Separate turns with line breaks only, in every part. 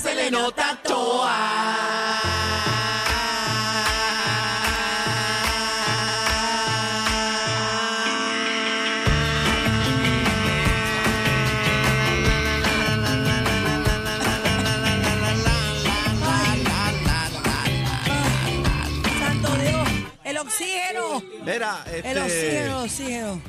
se nota toa.
Santo Dios, el oxígeno.
Mira,
El oxígeno, el
este.
oxígeno.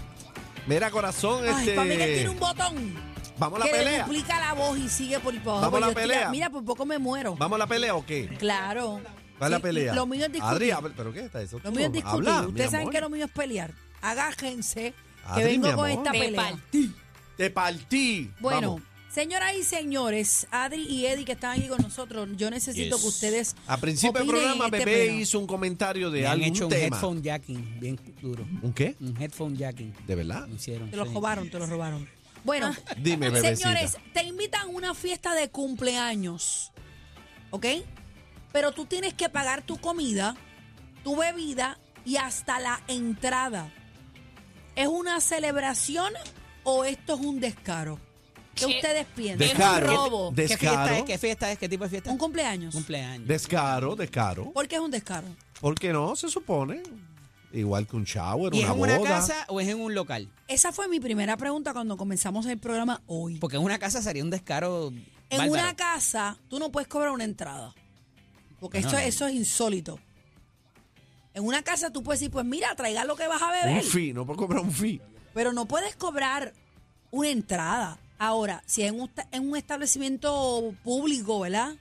Mira, corazón,
Ay,
este.
para mí que tiene un botón
Vamos a
que
la
le
pelea.
duplica la voz y sigue por el Pues
Vamos a la pelea.
Mira, por poco me muero.
¿Vamos a la pelea o qué?
Claro.
¿Cuál es la
Sí,
pelea?
Lo mío es discutir.
Adri, a ver, ¿pero qué está eso?
Lo mío es discutir.
Habla, mi
Ustedes saben
amor.
que lo mío es pelear. Agájense,
Adri,
que vengo
mi
con
amor.
esta
Te
pelea.
partí. Te partí.
Bueno,
Vamos.
señoras y señores, Adri y Eddie que están aquí con nosotros, yo necesito
Yes.
que ustedes.
A principio del
opinen en
programa,
este
Bebé
pleno.
hizo un comentario de
Me han
algún
hecho un
tema.
headphone jacking bien duro.
¿Un qué?
Un headphone jacking.
¿De verdad?
Me hicieron.
Te lo
sí. Ah.
robaron, te lo robaron. Bueno,
Dime, bebecita.
señores, te invitan a una fiesta de cumpleaños, ¿ok? Pero tú tienes que pagar tu comida, tu bebida y hasta la entrada. ¿Es una celebración o esto es un descaro? ¿Qué
Eh,
ustedes piensan?
Descaro.
¿Es un robo?
¿Qué fiesta es?
Descaro.
¿Qué fiesta es? ¿Qué tipo de fiesta?
¿Un cumpleaños?
cumpleaños.
Descaro, descaro.
¿Por qué es un descaro?
¿Por qué no? Se supone. Igual que un shower,
¿Y es
una
en una
boda.
casa o es en un local?
Esa fue mi primera pregunta cuando comenzamos el programa hoy.
Porque en una casa sería un descaro.
En
bárbaro.
una casa tú no puedes cobrar una entrada. Porque
No,
eso,
no.
eso es insólito. En una casa tú puedes decir, pues mira, traiga lo que vas a
Un
beber.
fee, no puedo cobrar un fee.
Pero no puedes cobrar una entrada. Ahora, si es en un, esta- en un establecimiento público, ¿verdad?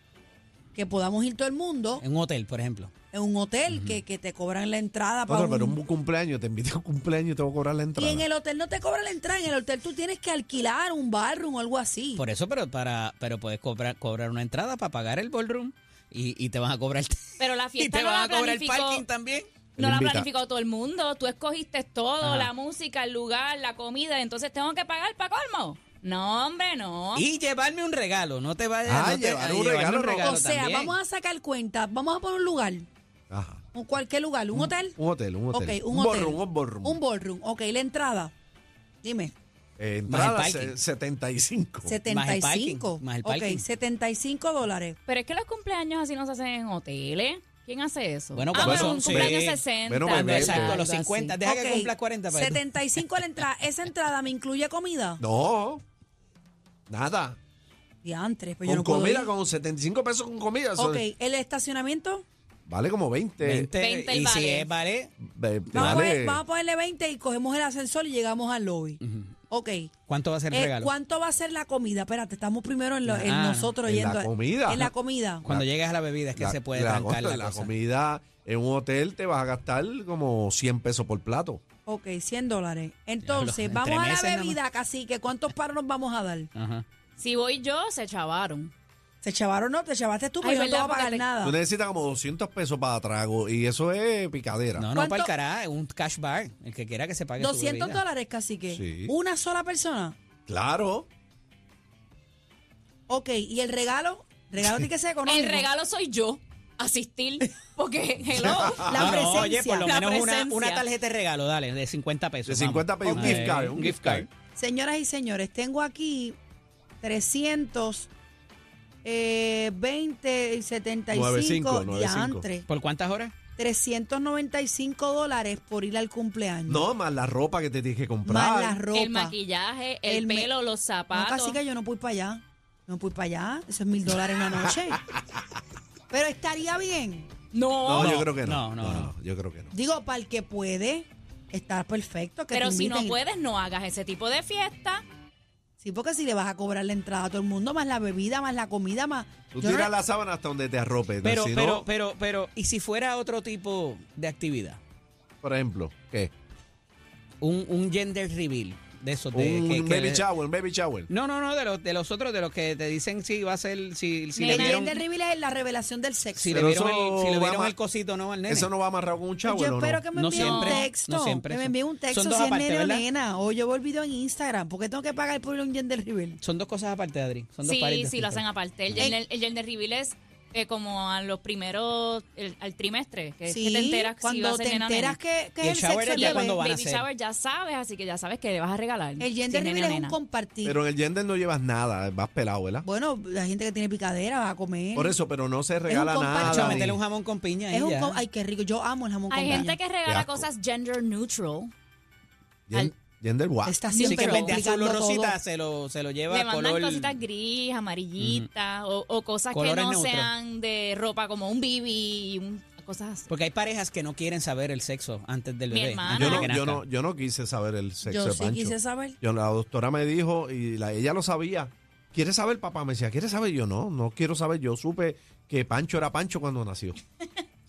Que podamos ir todo el mundo.
En un hotel, por ejemplo.
En un hotel que, que te cobran la entrada para
Otro, pero
Ah, un-
un cumpleaños, te invito a un cumpleaños y te voy a cobrar la
Y
entrada.
en el hotel no te cobran la entrada. En el hotel tú tienes que alquilar un barroom o algo así.
Por eso, pero para pero puedes cobrar, cobrar una entrada para pagar el ballroom y, y te van a cobrar.
Pero la
Y
fiesta
te
no
van
la
a cobrar el parking
planificó.
también.
No la
Invita.
planificó todo el mundo. Tú escogiste todo,
Ajá.
la música, el lugar, la comida. Entonces tengo que pagar para colmo. No, hombre, no.
Y llevarme un regalo. No te vayas
Ah,
no te-
llevar un
llevarme
regalo, no.
o sea,
también.
vamos a sacar cuenta. Vamos a poner un lugar.
Ajá.
¿Un cualquier lugar? ¿Un hotel?
Un hotel, un hotel.
Ok, un,
un
hotel.
borrum, un borrum.
Un ballroom. Ok, la entrada. Dime,
Oh,
Eh,
Más el
entrada
parking.
se- 75.
75.
más el
ok,
parking.
75 dólares.
Pero es que los cumpleaños así no se hacen en hoteles. ¿Quién hace eso?
Bueno,
ah,
cuando
pero
son-
un cumpleaños
sí.
60.
Bueno,
Cuando
bebé,
exacto,
bebé.
los 50. Deja
Ok,
que cumplas 40 para
75 la entrada. ¿Esa entrada me incluye comida?
No. Nada.
Diantres, pues yo
con
no puedo
comida,
ir.
con 75 pesos con comida. eso
Ok, ¿el estacionamiento?
Vale como 20.
20,
20
y
y
si
vale.
es vale,
Ve-
Vamos, a
vale.
poner- vamos a ponerle 20 y cogemos el ascensor y llegamos al lobby. Ok.
¿cuánto va a ser el
Eh,
regalo?
¿Cuánto va a ser la comida? Espérate, estamos primero en, lo- en
Ah,
nosotros
en la
yendo. a-
comida.
En la comida.
Cuando llegas a la bebida es que se puede
la,
trancar la,
la
cosa.
comida en un hotel te vas a gastar como 100 pesos por plato.
Ok, 100 dólares. Entonces,
entre
vamos a la
meses nada más.
bebida, cacique. ¿Cuántos paros nos vamos a dar?
Ajá.
Si voy yo, se chavaron.
¿Se chavaron o no? ¿Te chavaste tú? Pero
Ay,
yo no te
¿verdad?
voy a pagar
Porque te-
nada.
Tú necesitas como 200 pesos para trago y eso es picadera.
No, no,
¿Cuánto?
para el cará, un cash bar, el que quiera que se pague
200
su bebida.
dólares, cacique.
Sí.
Una sola persona.
Claro.
Ok, ¿y el regalo? Regalo tiene que ser económico.
El regalo soy yo. Asistir. Porque, hello.
La
Ah, No, no,
presencia.
oye, por lo
La
menos una,
presencia.
una tarjeta de regalo, dale, de 50 pesos.
De 50 pesos, un
Ay,
gift card. Un gift card.
Señoras y señores, tengo aquí 300, eh, 20 y 75
95,
95.
¿Por cuántas horas?
395 dólares por ir al cumpleaños.
No, más la ropa que te tienes que comprar.
Más la ropa.
El maquillaje, el,
El me-
pelo, los
No,
zapatos.
casi que yo no puedo ir para allá. No puedo ir para allá. Eso es mil dólares una noche. Pero estaría bien.
No,
No,
yo creo que no.
no, no,
yo creo que no.
Digo, para el que puede, está perfecto. Que
pero
te
si no
inviten.
puedes, no hagas ese tipo de fiesta.
Sí, porque si le vas a cobrar la entrada a todo el mundo, más la bebida, más la comida, más.
Tú
Yo no-
tiras la sábana hasta donde te arrope. Eh, ¿no?
Pero,
Si no,
pero, pero, pero, ¿y si fuera otro tipo de actividad?
por ejemplo, ¿qué?
Un, un gender reveal de esos. De,
un
que- que
baby
le-
shower, un baby shower.
No, no, no, de los, de los otros, de los que te dicen si va a ser, si, si le
El
Nena,
vieron,
gender reveal es la revelación del sexo. Pues
si le
Pero
vieron,
eso
el, si le
va
vieron
ma-
el cosito, ¿no? Al nene.
Eso no va amarrado con un shower,
yo
¿o
espero
no?
que me
No
envíe
siempre,
un texto.
no siempre,
que me
son-
envíe un texto
son
si
dos
es
aparte,
nene o
¿verdad?
nena. O yo veo el video en Instagram. ¿Por qué tengo que pagar por un gender reveal?
Son dos cosas aparte, Adri. Son dos
Sí,
pares
sí, lo
distintos.
hacen aparte. El gender, el gender reveal es eh, como a los primeros, el- al trimestre, que, es que
Sí,
te enteras si
cuando
vas a ser
te
nena o
enteras
nena.
que, que es el
Y el shower
sexo
es
del
Y
ya
bebé.
el
cuando van a
baby
ser.
shower ya sabes, así que ya sabes que le vas a regalar.
El
si
gender
nene
reveal
o
es un
nena.
compartir.
Pero en el gender no llevas nada, vas pelado, ¿verdad?
bueno, la gente que tiene picadera va a comer.
Por eso, pero no se regala
compartir.
nada.
Chacho,
Ah,
ni-
métele un jamón con piña ahí
es un
ya.
com- ay, qué rico. Yo amo el jamón con
Hay
piña.
gente que
Qué
regala
asco.
cosas gender neutral.
Gen- Gender what?
Está
Así que
siempre
en vez de azul
complicando
o
todo.
rosita se lo, se lo lleva
Le
a
mandan
color...
cositas gris, amarillitas, o, o cosas
Colores
que no
neutros.
sean de ropa como un bibi y un- cosas así.
Porque hay parejas que no quieren saber el sexo antes del
Mi
bebé.
hermana.
antes
Yo
de
no,
que
yo,
nazca.
no, yo no quise saber el sexo
Yo
de
sí
Pancho.
quise saber.
Yo- la doctora me dijo y la- ella lo sabía. ¿Quiere saber, papá? Me decía, ¿quiere saber? Yo no, no quiero saber. Yo supe que Pancho era Pancho cuando nació.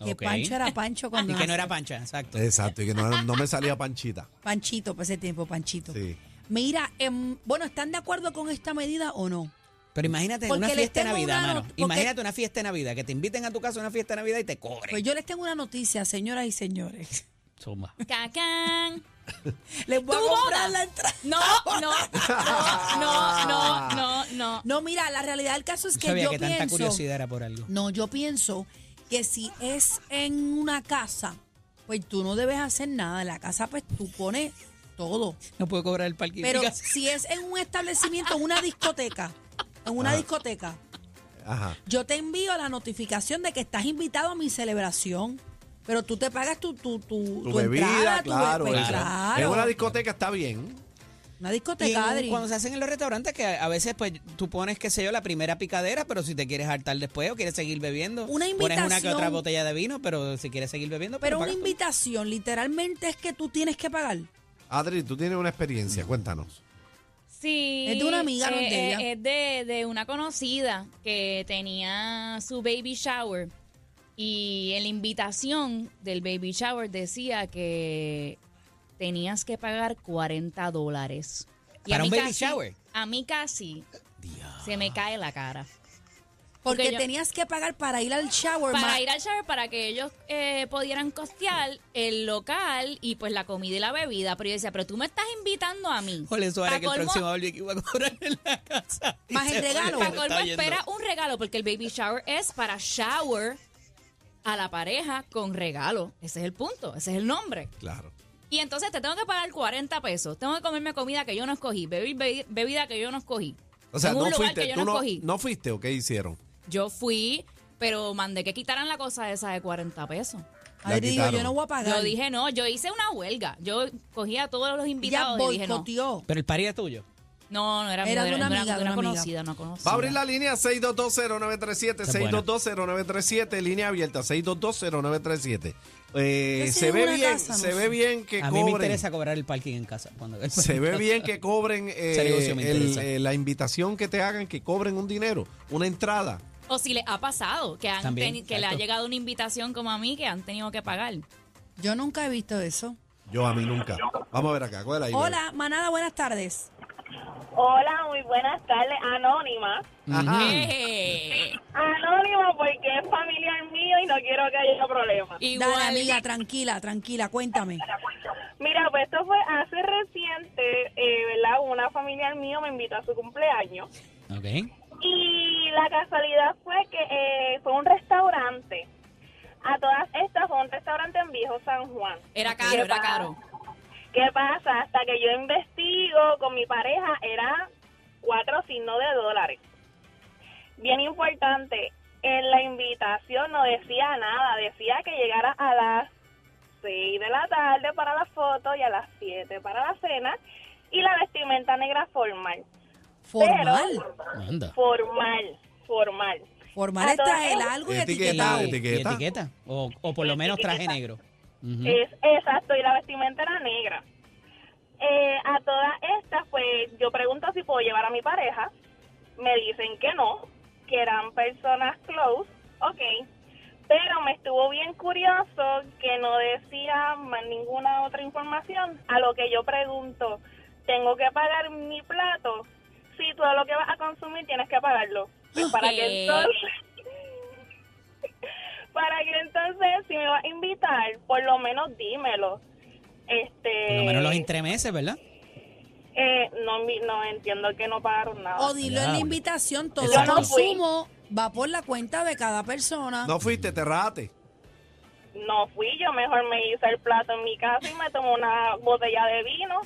Que
Ok.
Pancho era Pancho cuando...
Y que
nació.
no era pancha, exacto.
Exacto, y que no, no me salía Panchita.
Panchito, para ese tiempo, Panchito.
Sí.
Mira, em, bueno, ¿están de acuerdo con esta medida o no?
Pero imagínate
Porque
una
les
fiesta de
tengo
Navidad,
una
mano.
not- porque-
Imagínate una fiesta de Navidad, que te inviten a tu casa a una fiesta de Navidad y te cobren.
Pues yo les tengo una noticia, señoras y señores.
Zumba.
Cacán.
Les voy a
¿Tu
comprar
boda?
la entrada.
No, no, no, no, no, no, no.
No, mira, la realidad del caso es
Yo
que
sabía
yo
que
pienso...
tanta curiosidad era por algo.
No, yo pienso que si es en una casa, pues tú no debes hacer nada. En la casa, pues tú pones todo.
No puedo cobrar el parking.
Pero si es en un establecimiento, en una discoteca, en una
Ajá.
discoteca,
Ajá.
yo te envío la notificación de que estás invitado a mi celebración. Pero tú te pagas tu, tu, tu,
Tu,
tu
bebida,
entrada, tu be-
claro,
pues,
eso.
claro.
En una discoteca está bien.
Una
Y en-
discoteca, Adri.
cuando se hacen en los restaurantes, que a a veces pues tú pones, qué sé yo, la primera picadera, pero si te quieres hartar después o quieres seguir bebiendo,
Una
pones una que otra
invitación.
botella de vino, pero si quieres seguir bebiendo,
Pero una
pues, pagas tú.
invitación, literalmente, es que tú tienes que pagar.
Adri, tú tienes una experiencia, cuéntanos.
Sí.
Es de una amiga, no es
eh,
de
eh,
ella.
es de, de una conocida que tenía su baby shower y en la invitación del baby shower decía que tenías que pagar 40 dólares. Y a
¿Para
mí
un baby
casi-
shower?
A mí casi se me cae la cara.
Porque,
Porque yo-
tenías que pagar para ir al shower. Pues ma-
Para ir al shower, para que ellos eh, pudieran costear el local y pues la comida y la bebida. Pero yo decía, pero tú me estás invitando a mí.
Jole Suárez,
Pa'
que el
colmo,
próximo Barbie King va a cobrar en la casa. Y
Más
se
el
jode,
regalo.
se
Pa' colmo
está yendo.
espera un regalo, porque el baby shower es para shower a la pareja con regalo. Ese es el punto, ese es el nombre.
Claro.
Y entonces te tengo que pagar 40 pesos. Tengo que comerme comida que yo no escogí, beber bebi- bebida que yo no escogí.
O sea,
en un
no
lugar
fuiste,
que yo
tú
no
no,
escogí.
no fuiste o qué hicieron.
Yo fui, pero mandé que quitaran la cosa esa de 40 pesos.
La
Adri dijo, yo
quitaron.
no voy a pagar.
Yo dije no, yo hice una huelga. Yo cogía a todos los
ya
invitados y dije no.
boicoteó.
Pero el party es tuyo.
No, no era,
Era
no
de una
no
amiga, de
no
una amiga.
conocida, no
Va
conocida.
a abrir la línea 6220937,
Esa es buena.
6220937, línea abierta, 6220937. Eh,
Yo sí
se
vivo
ve
en una
bien,
casa, no
se
sé.
ve bien que
A mí me
cobren.
interesa cobrar el parking en casa. Cuando
Se ve bien que cobren eh,
Ese negocio me
el-
interesa.
eh, la invitación que te hagan, que cobren un dinero, una entrada.
O si les ha pasado que, han
También,
teni- que le ha
exacto.
llegado una invitación como a mí que han tenido que pagar.
Yo nunca he visto eso.
Yo a mí nunca. Vamos a ver acá, ¿cuál es la
Hola, manada, buenas tardes.
Hola, muy buenas tardes. Anónima.
Ah.
Eh,
Anónima porque es familiar mío y no quiero que haya problemas.
Igual.
Dale, amiga, tranquila, tranquila, cuéntame.
Mira, pues esto fue hace reciente, eh, ¿verdad? Una familiar mío me invitó a su cumpleaños.
Mm. Ok.
Y la casualidad fue que eh, fue un restaurante. A todas estas fue un restaurante en Viejo San Juan.
Era caro, era caro.
¿Qué pasa? Hasta que yo investigo con mi pareja, era cuatro signos de dólares. Bien importante, en la invitación no decía nada, decía que llegara a las 6 de la tarde para la foto y a las 7 para la cena y la vestimenta negra formal.
Formal.
Anda.
Formal, formal.
Formal
a
es traer
todas-
algo y
Etiqueta,
etiquetado.
Y- y
etiqueta.
etiqueta. O, o por lo menos traje negro. Ujú.
Es, exacto, y la vestimenta era negra. Eh, a todas estas, pues yo pregunto si puedo llevar a mi pareja. Me dicen que no, que eran personas close. Ok. Pero me estuvo bien curioso que no decía más ninguna otra información. A lo que yo pregunto, ¿tengo que pagar mi plato? Si todo lo que vas a consumir tienes que pagarlo. Pues, para
Ok.
que entonces para que entonces si me vas a invitar por lo menos dímelo este
Por lo menos los entremeses, ¿verdad?
eh, no mi- no entiendo que no pagaron nada
O dilo en la
Diablo.
invitación, todo
Exacto.
consumo va por la cuenta de cada persona.
No fuiste, te rate.
No fui yo, mejor me hice el plato en mi casa y me tomé una botella de vino.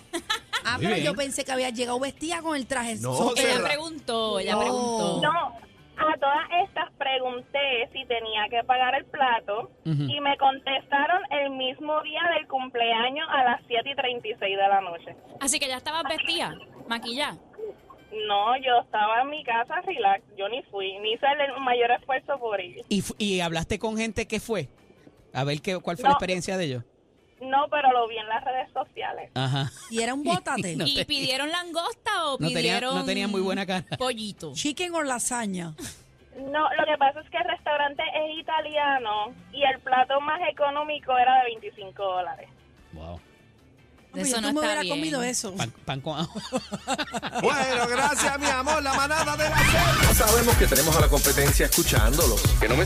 ah,
Muy
pero
bien.
yo pensé que había llegado vestida con el traje.
No,
So- eh,
se-
Ella preguntó, ella
No.
preguntó.
No, a todas estas pregunté si tenía que pagar el plato
Ujú.
y me contestaron el mismo día del cumpleaños a las 7 y 36 de la noche.
Así que ya estabas vestida, maquillada.
No, yo estaba en mi casa relax, yo ni fui, ni hice el mayor esfuerzo por ir.
¿Y, fu- y hablaste con gente que fue? A ver qué, cuál fue la
No.
experiencia de ellos.
No, pero lo vi en las redes sociales.
Ajá.
y era un bótate.
No
¿Y
te-
pidieron langosta o
No tenía,
pidieron
no tenía muy buena cara.
pollito?
Chicken o lasaña.
No, lo que pasa es que el restaurante es italiano y el plato más económico era de 25 dólares.
Wow.
Hombre,
Eso
yo
no
no me
está
hubiera
bien.
comido eso.
Pan, pan con ajo.
Bueno, gracias, mi amor, la manada de la Z.
Sabemos que tenemos a la competencia escuchándolos. Que no me